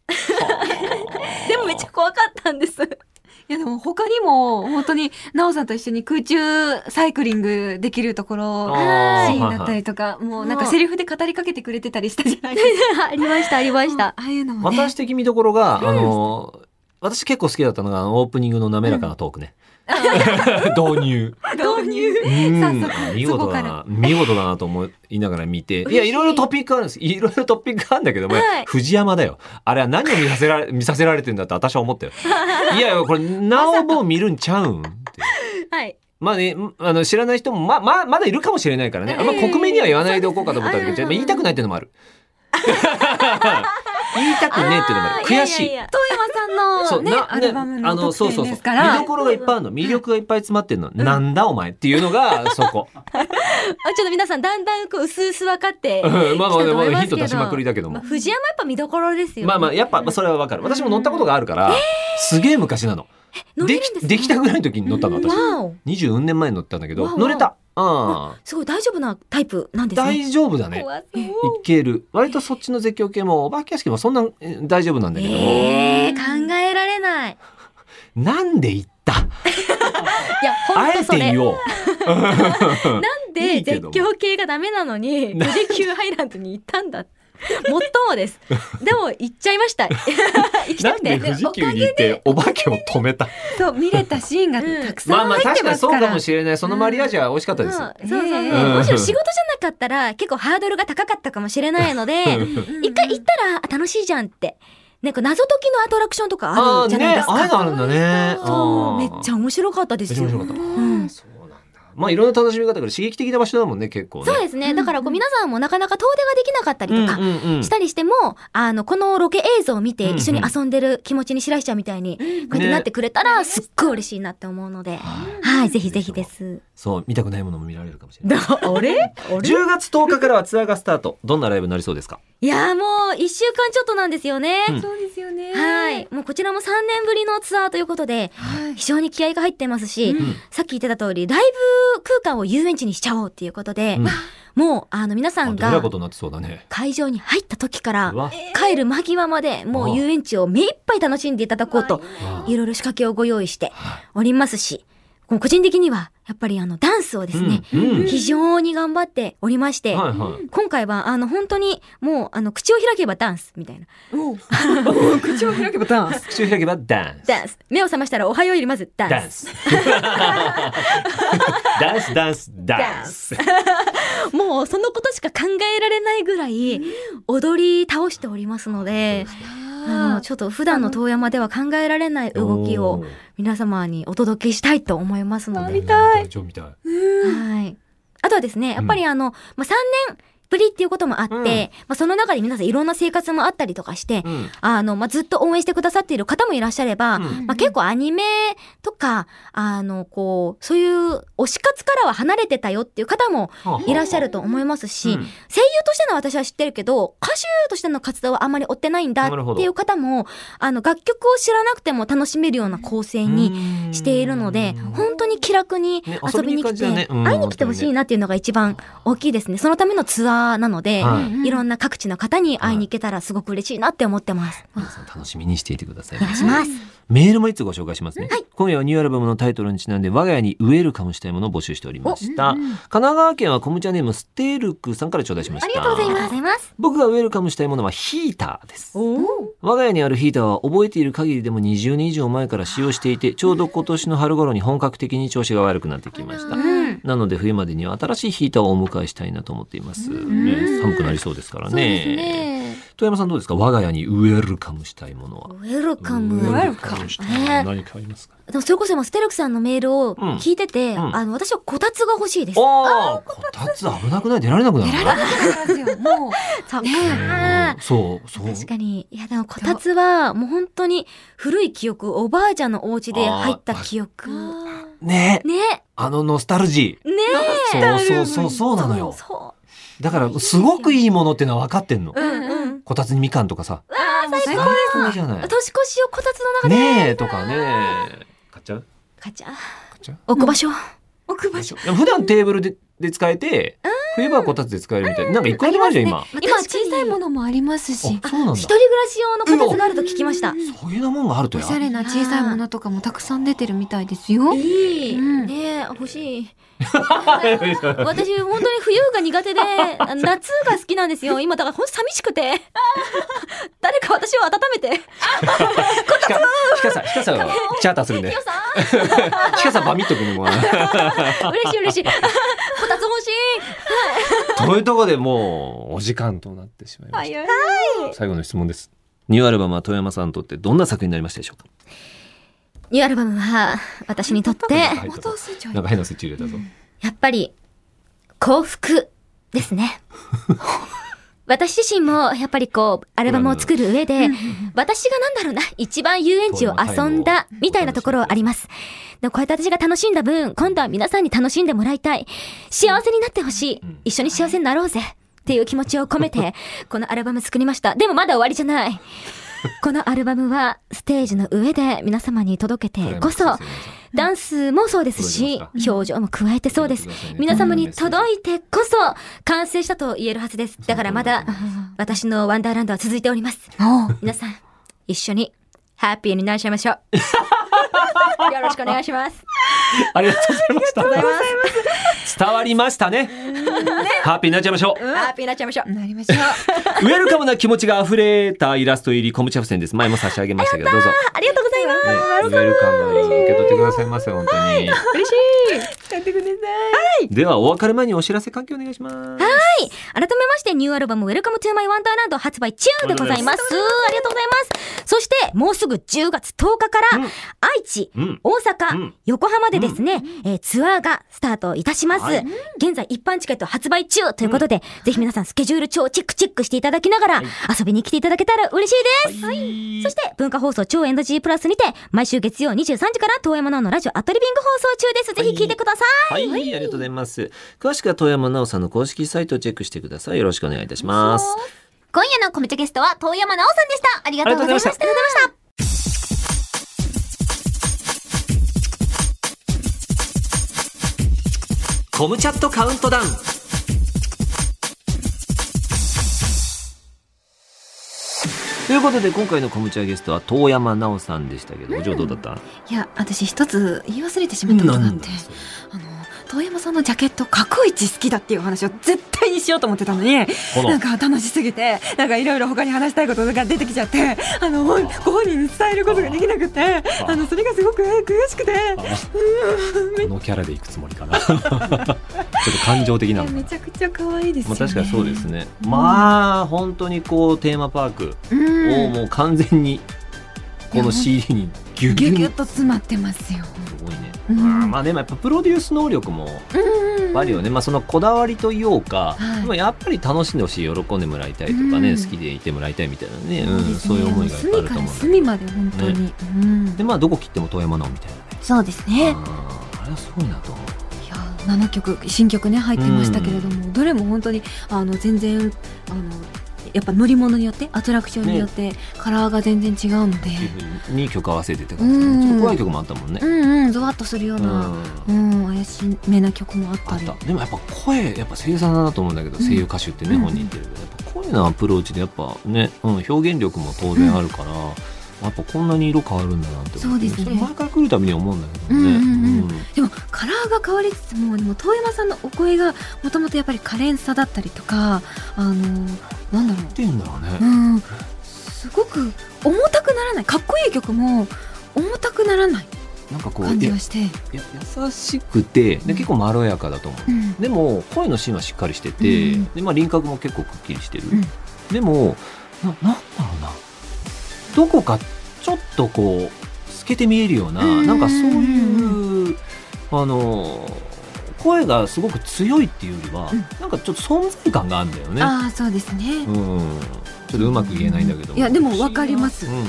[SPEAKER 2] でもめっちゃ怖かったんです
[SPEAKER 3] いやでも他にも本当に奈緒さんと一緒に空中サイクリングできるところシ
[SPEAKER 1] あー
[SPEAKER 3] ーンだったりとか、もうなんかセリフで語りかけてくれてたりしたじゃないです
[SPEAKER 2] ありましたありまし
[SPEAKER 3] か。あ
[SPEAKER 2] た
[SPEAKER 3] あいうのもね。
[SPEAKER 1] 私的見どころが、あの私結構好きだったのがあのオープニングの滑らかなトークね。 <laughs> 導入。
[SPEAKER 3] 導入。
[SPEAKER 1] うん
[SPEAKER 3] 早速
[SPEAKER 1] あ見
[SPEAKER 3] そ
[SPEAKER 1] 事
[SPEAKER 3] こ
[SPEAKER 1] だ
[SPEAKER 3] から
[SPEAKER 1] な見事だなと思いながら見ていや
[SPEAKER 2] 嬉しい
[SPEAKER 1] いろいろトピックあるんですいろいろトピックあるんだけども、
[SPEAKER 2] はい
[SPEAKER 1] 藤山だよあれは何を見さ
[SPEAKER 2] <laughs>
[SPEAKER 1] せられ見させられてんだって私は思ったよいやいやこれなおも見るんちゃうんって
[SPEAKER 2] はい
[SPEAKER 1] まあねんあの知らない人もまあまあまだいるかもしれないからねあんま
[SPEAKER 2] ええ
[SPEAKER 1] 国名には言わないでおこうかと思ったんだけど、
[SPEAKER 2] そうですね
[SPEAKER 1] まあ言いたくないっていうの
[SPEAKER 2] <laughs>
[SPEAKER 1] もある言いたくねえっていうのもある
[SPEAKER 2] ー
[SPEAKER 1] 悔しい
[SPEAKER 2] ややや
[SPEAKER 3] 遠山さんの
[SPEAKER 1] そう
[SPEAKER 3] ね、
[SPEAKER 1] な
[SPEAKER 3] アルバム
[SPEAKER 1] あ
[SPEAKER 3] の特
[SPEAKER 1] そ
[SPEAKER 3] 典ですか
[SPEAKER 1] うそうそう見
[SPEAKER 3] ら
[SPEAKER 1] ど。ころがいっぱいあるの魅力がいっぱい詰まってるの、なんだお前っていう
[SPEAKER 2] <laughs>
[SPEAKER 1] のがそこ
[SPEAKER 2] あちょっと皆さんだんだんこう薄々分かって
[SPEAKER 1] うんまあまあね
[SPEAKER 2] 来たと
[SPEAKER 1] ま
[SPEAKER 2] 思い
[SPEAKER 1] あ
[SPEAKER 2] ますけ
[SPEAKER 1] ヒン
[SPEAKER 2] ど
[SPEAKER 1] ト出しまくりだけど
[SPEAKER 2] まあ
[SPEAKER 1] も。
[SPEAKER 2] 藤山やっぱ見どころですよ
[SPEAKER 1] まあまあやっぱまあそれはわかる。私も乗ったことがあるから、すげえ昔なの。
[SPEAKER 2] 乗れるんです
[SPEAKER 1] き
[SPEAKER 2] か
[SPEAKER 1] できたぐらいの時に乗ったの私。
[SPEAKER 2] わお
[SPEAKER 1] 二十年前に乗ったんだけ
[SPEAKER 2] わあ
[SPEAKER 1] ど
[SPEAKER 2] わあ
[SPEAKER 1] 乗れた。ああ
[SPEAKER 2] すごい大丈夫なタイプなんですね
[SPEAKER 1] 大丈夫だね。
[SPEAKER 2] 怖そう
[SPEAKER 1] いける。割とそっちの絶叫系もお化け屋敷もそんなえー大丈夫なんだけども、
[SPEAKER 2] えー、考えられない
[SPEAKER 1] なんで行った。
[SPEAKER 2] いや
[SPEAKER 1] あ
[SPEAKER 2] 本当
[SPEAKER 1] え
[SPEAKER 2] そ
[SPEAKER 1] て
[SPEAKER 2] れ <laughs>
[SPEAKER 1] 言おう。
[SPEAKER 2] なんで
[SPEAKER 1] いいけ
[SPEAKER 2] 絶
[SPEAKER 1] ども
[SPEAKER 2] 叫系がダメなの
[SPEAKER 1] <laughs>
[SPEAKER 2] に富士急ハイランドに行ったんだもっとも
[SPEAKER 1] <laughs>
[SPEAKER 2] ですでも行っちゃいました <laughs> 行きた
[SPEAKER 1] な
[SPEAKER 2] く
[SPEAKER 1] んで
[SPEAKER 2] て
[SPEAKER 1] 富士急に行ってお化けを止めた。
[SPEAKER 3] そう、見れたシーンがたくさ
[SPEAKER 1] まあ
[SPEAKER 3] ん
[SPEAKER 1] まあ
[SPEAKER 3] 入っ
[SPEAKER 1] 確
[SPEAKER 3] て
[SPEAKER 1] か
[SPEAKER 3] ま
[SPEAKER 1] に
[SPEAKER 3] す
[SPEAKER 1] そ
[SPEAKER 3] か
[SPEAKER 1] う
[SPEAKER 3] ら。
[SPEAKER 1] かもしれない。そのマリアージュは美味しかった
[SPEAKER 2] うん
[SPEAKER 1] です。
[SPEAKER 2] そうそうそう、
[SPEAKER 1] うん
[SPEAKER 2] むしろ仕事じゃなかったら結構ハードルが高かったかもしれないので
[SPEAKER 3] うん
[SPEAKER 2] 一回行ったらあ楽しいじゃんってなんか謎解きのアトラクションとかあ
[SPEAKER 1] ああ
[SPEAKER 2] るじゃないで
[SPEAKER 1] ね
[SPEAKER 2] す
[SPEAKER 1] ああい
[SPEAKER 2] か、
[SPEAKER 1] うのあるんだね。
[SPEAKER 2] そう
[SPEAKER 1] ああ
[SPEAKER 2] めっちゃ面白かったですよ
[SPEAKER 1] めっちゃ面白かった
[SPEAKER 2] うん
[SPEAKER 1] そうなんだ。まあいろんな楽しみ方がある刺激的な場所だもんね結構ね。
[SPEAKER 2] そうですねだからこう皆さんもなかなか遠出ができなかったりとか、
[SPEAKER 1] うんうんうん
[SPEAKER 2] したりしても、あの、このロケ映像を見て
[SPEAKER 1] うんうん
[SPEAKER 2] 一緒に遊んでる気持ちに白石ちゃんみたいに、こうやって
[SPEAKER 1] ね
[SPEAKER 2] なってくれたら、すっごい嬉しいなって思うので、はい、ぜひぜひです。
[SPEAKER 1] そう見たくないものも見られるかもしれない。
[SPEAKER 2] あ <laughs> れ
[SPEAKER 1] 10月10日からはツアーがスタート。どんなライブになりそうですか。
[SPEAKER 2] いやーもう、一週間ちょっとなんですよね。
[SPEAKER 1] うん
[SPEAKER 3] そうですよね。
[SPEAKER 2] はい。。もうこちらも3年ぶりのツアーということで、非常に気合が入ってますし、
[SPEAKER 3] うん
[SPEAKER 2] さっき言ってた通り、ライブ空間を遊園地にしちゃおうっていうことで、
[SPEAKER 1] うん
[SPEAKER 2] もう、あの、皆さ
[SPEAKER 1] あ
[SPEAKER 2] ん
[SPEAKER 1] どうい
[SPEAKER 2] が
[SPEAKER 1] うことになってそうだね。
[SPEAKER 2] 会場に入った時から
[SPEAKER 1] う、わ。
[SPEAKER 2] 帰る間際までもう遊園地を目いっぱい楽しんでいただこうと
[SPEAKER 1] ああ
[SPEAKER 2] いろいろ仕掛けをご用意しておりますし、こう個人的にはやっぱりあのダンスをですね、
[SPEAKER 1] うんうん
[SPEAKER 2] 非常に頑張っておりまして、
[SPEAKER 1] はいはい。
[SPEAKER 2] 今回はあの本当にもうあの口を開けばダンスみたいな。
[SPEAKER 3] <laughs> おう口を開けばダンス。
[SPEAKER 1] 口を開けばダンス。
[SPEAKER 2] ダンス。目を覚ましたらおはようよりまずダンス。
[SPEAKER 1] ダンス。ダンスダンスダンス。
[SPEAKER 2] もうそのことしか考えられないぐらい踊り倒しておりますので、あのちょっと普段の遠山では考えられない動きを皆様にお届けしたいと思いますので。
[SPEAKER 1] 見たい。超見たい。
[SPEAKER 2] はい。あとはですね、やっぱりあの、まあ、3年ぶりっていうこともあって、
[SPEAKER 1] うん
[SPEAKER 2] まあ、その中で皆さんいろんな生活もあったりとかして、
[SPEAKER 1] うん
[SPEAKER 2] あの、まあ、ずっと応援してくださっている方もいらっしゃれば、
[SPEAKER 1] うん
[SPEAKER 2] まあ、結構アニメとか、あの、こう、そういう推し活からは離れてたよっていう方もいらっしゃると思いますし、
[SPEAKER 1] うん
[SPEAKER 2] 声優としての私は知ってるけど、歌手としての活動はあんまり追ってないんだ
[SPEAKER 1] なるほ
[SPEAKER 2] っ
[SPEAKER 1] ど
[SPEAKER 2] ていう方も、あの、楽曲を知らなくても楽しめるような構成にしているので、本当に気楽に
[SPEAKER 1] ね
[SPEAKER 2] 遊びに来て、
[SPEAKER 1] 遊びに行く感じだねうん
[SPEAKER 2] 会いに来てほしいなっていうのが一番大きいですね。そのためのツアーなので、
[SPEAKER 1] はい
[SPEAKER 2] い、ろんな各地の方に会いに行けたらすごく嬉しいなって思ってます。
[SPEAKER 1] 皆さん楽しみにしていてください。
[SPEAKER 2] お願いします。
[SPEAKER 1] メールもいつご紹介しますね、今夜はニューアルバムのタイトルにちなんで我が家に植えるかもしれないものを募集しておりました、神奈川県はコムチャネームステールクさんから頂戴しました
[SPEAKER 2] ありがとうございます。
[SPEAKER 1] 僕が植えるかもしれないものはヒーターです
[SPEAKER 2] お
[SPEAKER 1] 我が家にあるヒーターは覚えている限りでも20年以上前から使用していてちょうど今年の春頃に本格的に調子が悪くなってきました
[SPEAKER 2] うん。
[SPEAKER 1] なので冬までには新しいヒーターをお迎えしたいなと思っています、ね寒くなりそうですから
[SPEAKER 2] そうで
[SPEAKER 1] ね
[SPEAKER 2] すね。
[SPEAKER 1] 富山さんどうですか我が家に植えるかもしれないものは
[SPEAKER 2] ウェルカム。
[SPEAKER 1] 植え
[SPEAKER 2] で
[SPEAKER 1] るかもしれ
[SPEAKER 2] ね
[SPEAKER 1] ない何かありますか
[SPEAKER 2] もそれこそ今、ステルクさんのメールを聞いてて、
[SPEAKER 1] うんうん
[SPEAKER 2] あの、私はこたつが欲しいです。
[SPEAKER 1] ああ、こたつ危なくない出られなくなる
[SPEAKER 3] 出
[SPEAKER 1] ね。
[SPEAKER 3] られなくなりますよ。もう。
[SPEAKER 2] そう
[SPEAKER 1] うんそうそう。
[SPEAKER 2] 確かに。いや、でもこたつは、もう本当に古い記憶、おばあちゃんのお家で入った記憶。
[SPEAKER 1] ね、
[SPEAKER 2] ね。
[SPEAKER 1] あのノスタルジ
[SPEAKER 2] ねえ
[SPEAKER 1] ー。そうそうそう、そうなのよ。
[SPEAKER 2] そ
[SPEAKER 1] だから、すごくいいものってのは分かってんの
[SPEAKER 2] う。。うんうん。
[SPEAKER 1] こたつにみかんとかさ。
[SPEAKER 3] あーもう最高で
[SPEAKER 1] 最高じゃない。
[SPEAKER 2] 年越しをこたつの中で。
[SPEAKER 1] ねえとかね。買っちゃう
[SPEAKER 2] ガチャ。
[SPEAKER 1] 買っちゃう
[SPEAKER 2] 置く場所。
[SPEAKER 3] 奥場所
[SPEAKER 1] でも普段テーブルでで使えて、冬場はこたつで使えるみたいな。なんかいくらでもあるじゃん、今。
[SPEAKER 2] まあ
[SPEAKER 3] 今
[SPEAKER 2] 確かに
[SPEAKER 3] 小さいものもありますし
[SPEAKER 1] あ、そうなんだ
[SPEAKER 2] 一人。暮らし用のこたつがあると聞きました
[SPEAKER 3] う。ん
[SPEAKER 1] そういうようなもんがあると
[SPEAKER 3] お
[SPEAKER 1] や
[SPEAKER 3] し。ゃれな小さいものとかもたくさん出てるみたいですよ
[SPEAKER 2] いい。
[SPEAKER 3] うん
[SPEAKER 2] ねえ、欲しい。私、本当に冬が苦手で、夏が好きなんですよ。今、だから本当寂しくて。 <laughs> 誰か私を温めて。
[SPEAKER 1] ひかひかさん、ひかさんはチャーターするんで
[SPEAKER 2] よ。さ
[SPEAKER 1] ひかさんバミっとくのもな。
[SPEAKER 2] ん嬉しい嬉しい。こたつ欲しい。
[SPEAKER 1] というところでもう、お時間となってしまいまし
[SPEAKER 3] い
[SPEAKER 1] た。最後の質問です。ニューアルバムは富山さんにとってどんな作品になりましたでしょうか
[SPEAKER 2] ニューアルバムは、私にとって、
[SPEAKER 1] はい
[SPEAKER 3] またスイッチ入
[SPEAKER 1] なん
[SPEAKER 3] っ
[SPEAKER 1] か変なスイッチ入れたぞ。
[SPEAKER 2] やっぱり、幸福です
[SPEAKER 1] <laughs>
[SPEAKER 2] ね。私自身も、やっぱりこう、アルバムを作る上で、私がなんだろうな、一番遊園地を遊んだ、みたいなところあります。でもこうやって私が楽しんだ分、今度は皆さんに楽しんでもらいたい。幸せになってほしい
[SPEAKER 1] ん。
[SPEAKER 2] 一緒に幸せになろうぜ。っていう気持ちを込めて、このアルバム作りました。でもまだ終わりじゃない。このアルバムは、ステージの上で皆様に届けてこそ、ダンスもそうですし
[SPEAKER 1] 届、
[SPEAKER 2] 表情も加えてそうです。皆様に届いてこそ完成したと言えるはずです。だからまだ私のワンダーランドは続いております。
[SPEAKER 3] あ
[SPEAKER 2] 皆さん、一緒にハッピーになっちゃいま <laughs> しょう。よろしくお願いします。
[SPEAKER 1] ありがとうございました。伝わりましたね。ハッピーになっちゃいましょう。
[SPEAKER 2] ハッピーになっちゃいましょう。
[SPEAKER 3] なりましょう
[SPEAKER 1] ウェルカムな気持ちが溢れたイラスト入りコムチャフセンです。前も差し上げましたけど、どうぞ。
[SPEAKER 2] ありがとうございます。
[SPEAKER 1] ね、ウェルカム受け取ってくださいませ、本当に。
[SPEAKER 3] 嬉しい買ってください
[SPEAKER 1] では、お別れ前にお知らせ関係お願いします。
[SPEAKER 2] 改めましてニューアルバム「Welcome to my Wonderland」発売中でございますありがとうございますそしてもうすぐ10月10日から、
[SPEAKER 1] うん
[SPEAKER 2] 愛知、
[SPEAKER 1] うん
[SPEAKER 2] 大阪、
[SPEAKER 1] うん
[SPEAKER 2] 横浜でですね、えーツアーがスタートいたします、
[SPEAKER 1] はい
[SPEAKER 2] 現在一般チケット発売中ということで、ぜひ皆さんスケジュール帳をチェックチェックしていただきながら、遊びに来ていただけたら嬉しいです、そして文化放送超 NG プラスにて毎週月曜23時から遠山奈緒のラジオアトリビング放送中ですぜひ聞いてくださ
[SPEAKER 1] はい、ありがとうございます。詳しくは遠山奈緒さんの公式サイトをチェックしてください。よろしくお願いいたします。
[SPEAKER 2] 今夜のコメントゲストは遠山奈緒さんでした。ありが
[SPEAKER 1] とうございました
[SPEAKER 2] ありがとうございました。
[SPEAKER 1] コムチャットカウントダウン。ということで今回のコムチャゲストは遠山奈緒さんでしたけど、お嬢どうだった？
[SPEAKER 3] いや私一つ言い忘れてしまったことがあってあの遠山さんのジャケット過去一好きだっていう話を絶対にしようと思ってたのに
[SPEAKER 1] この
[SPEAKER 3] なんか楽しすぎてなんかいろいろ他に話したいことが出てきちゃってあのごご本人に伝えることができなくてあのそれがすごく <laughs> 悔しくて
[SPEAKER 1] このキャラでいくつもりかな。 <laughs> ちょっと感情的なのかな
[SPEAKER 3] め。ちゃくちゃ可愛いですよ
[SPEAKER 1] まあ
[SPEAKER 3] ね
[SPEAKER 1] 確かにそうですね。まあ本当にこうテーマパークを
[SPEAKER 3] うん
[SPEAKER 1] もう完全にこの CD にギュギ
[SPEAKER 3] ギ
[SPEAKER 1] ュ
[SPEAKER 3] ュギ
[SPEAKER 1] ギ
[SPEAKER 3] ュ
[SPEAKER 1] ュ
[SPEAKER 3] ッと詰まってますよ
[SPEAKER 1] すごいね。
[SPEAKER 3] うん
[SPEAKER 1] まあでもやっぱプロデュース能力も
[SPEAKER 3] うん
[SPEAKER 1] あるよね、まあ、そのこだわりと言おうか、
[SPEAKER 3] はい
[SPEAKER 1] でもやっぱり楽しんでほしい喜んでもらいたいとかね、
[SPEAKER 3] うん
[SPEAKER 1] 好きでいてもらいたいみたいなね、
[SPEAKER 3] そ
[SPEAKER 1] う
[SPEAKER 3] う
[SPEAKER 1] ん
[SPEAKER 3] ですね
[SPEAKER 1] そういう思いがやっぱあると思うんだけど
[SPEAKER 3] 隅から隅まで本当に、うん
[SPEAKER 1] でまあどこ切っても遠山なおみたいなね
[SPEAKER 3] そうですね
[SPEAKER 1] あーあれはすごいなと思う
[SPEAKER 3] いや7曲新曲ね入ってましたけれども、どれも本当にあの全然あのやっぱ乗り物によってアトラクションによって、カラーが全然違うので、
[SPEAKER 1] 2曲合わせてって感じで、ね、ちょっと怖い曲もあったもんね
[SPEAKER 3] う、んうんゾワッとするよう
[SPEAKER 1] うん
[SPEAKER 3] な、うん怪しめな曲もあっ
[SPEAKER 1] あ
[SPEAKER 3] た
[SPEAKER 1] っ
[SPEAKER 3] り
[SPEAKER 1] たでもやっぱ声やっぱ声優さんだなと思うんだけど、
[SPEAKER 3] うん
[SPEAKER 1] 声優歌手ってね
[SPEAKER 3] うん
[SPEAKER 1] 本人ってやっぱ声のアプローチでやっぱね、うん、表現力も当然あるから、やっぱこんなに色変わるんだなって思って
[SPEAKER 3] そうですね
[SPEAKER 1] れ前から来るたびに思うんだけどね、
[SPEAKER 3] うんうんうん
[SPEAKER 1] うん
[SPEAKER 3] でもカラーが変わりつつもでも遠山さんのお声がもともとやっぱり可憐さだったりとかあのなんだろう
[SPEAKER 1] ってんだろうね。
[SPEAKER 3] うん、すごく重たくならないかっこいい曲も重たくならない
[SPEAKER 1] なんかこう
[SPEAKER 3] 感じ
[SPEAKER 1] や
[SPEAKER 3] がして、
[SPEAKER 1] や優しくてで結構まろやかだと思う。
[SPEAKER 3] うん
[SPEAKER 1] でも声の芯はしっかりしてて、
[SPEAKER 3] うん
[SPEAKER 1] でまあ輪郭も結構くっきりしてる。
[SPEAKER 3] うん
[SPEAKER 1] でもななんだろうなどこかちょっとこう透けて見えるような、
[SPEAKER 3] うん
[SPEAKER 1] なんかそういうあの声がすごく強いっていうよりは、
[SPEAKER 3] うん
[SPEAKER 1] なんかちょっと存在感があるんだよね。
[SPEAKER 3] ああそうですね
[SPEAKER 1] うん、ちょっとうまく言えないんだけど。
[SPEAKER 3] いやでもわかります
[SPEAKER 1] うん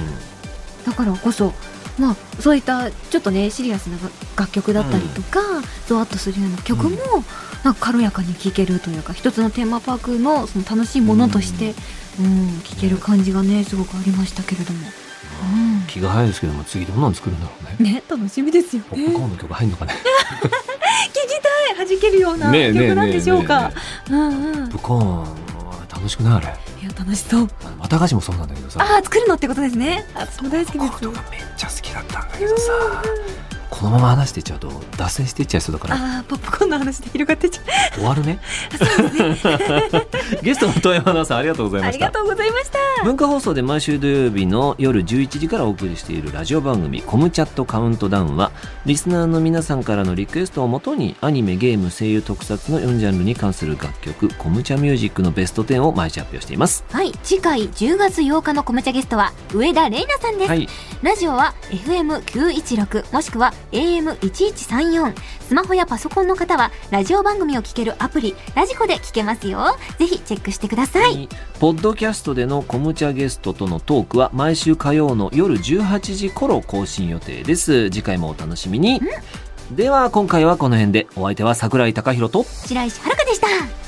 [SPEAKER 3] だからこそ
[SPEAKER 2] まあ、そういったちょっとねシリアスなが楽曲だったりとか、ゾワッとするような曲も、
[SPEAKER 1] うん
[SPEAKER 2] なんか軽やかに聴けるというか一つのテーマパークのその楽しいものとして、うん、聴ける感じがねすごくありましたけれども、う
[SPEAKER 1] 気が早いですけども次どんなの作るんだろうね
[SPEAKER 2] ん、ね楽しみですよ
[SPEAKER 1] ポップ
[SPEAKER 2] ね。
[SPEAKER 1] コーンの曲入んのかね
[SPEAKER 3] 聞きたい弾けるような
[SPEAKER 1] ねえねえ
[SPEAKER 3] 曲なんでしょう
[SPEAKER 1] ね
[SPEAKER 3] か。うんうん
[SPEAKER 1] ポップコーン楽しくないあれ
[SPEAKER 2] いや楽しそう。
[SPEAKER 1] あの綿菓子もそうなんだけどさ
[SPEAKER 3] ああ作るのってことですね。あ私も大好き
[SPEAKER 1] ポ
[SPEAKER 3] で
[SPEAKER 1] ップコーン
[SPEAKER 3] す。
[SPEAKER 1] とかめっちゃ好きだったんだけどさこのまま話していっちゃうと脱線していっちゃいそうだから
[SPEAKER 3] ああポップコーンの話で広がってっちゃう。
[SPEAKER 1] 終わるね <laughs> ゲストの遠山アナウンサーありがとうござい
[SPEAKER 3] あ
[SPEAKER 1] まし
[SPEAKER 3] り
[SPEAKER 1] た
[SPEAKER 3] がとうございました。
[SPEAKER 1] 文化放送で毎週土曜日の夜11時からお送りしているラジオ番組「コムチャットカウントダウンは」リスナーの皆さんからのリクエストをもとにアニメゲーム声優特撮の4ジャンルに関する楽曲「コムチャミュージック」のベスト10を毎日発表しています。
[SPEAKER 2] はい次回10月8日のコメチャゲストは上田玲奈さんです。
[SPEAKER 1] はい、
[SPEAKER 2] ラジオは FM916 もしくは AM1134 スマホやパソコンの方はラジオ番組を聞けるアプリラジコで聞けますよぜひチェックしてください
[SPEAKER 1] ポッドキャストでのコムチャゲストとのトークは毎週火曜の夜18時頃更新予定です。次回もお楽しみに。では今回はこの辺でお相手は桜井貴博と
[SPEAKER 2] 白石遥香でした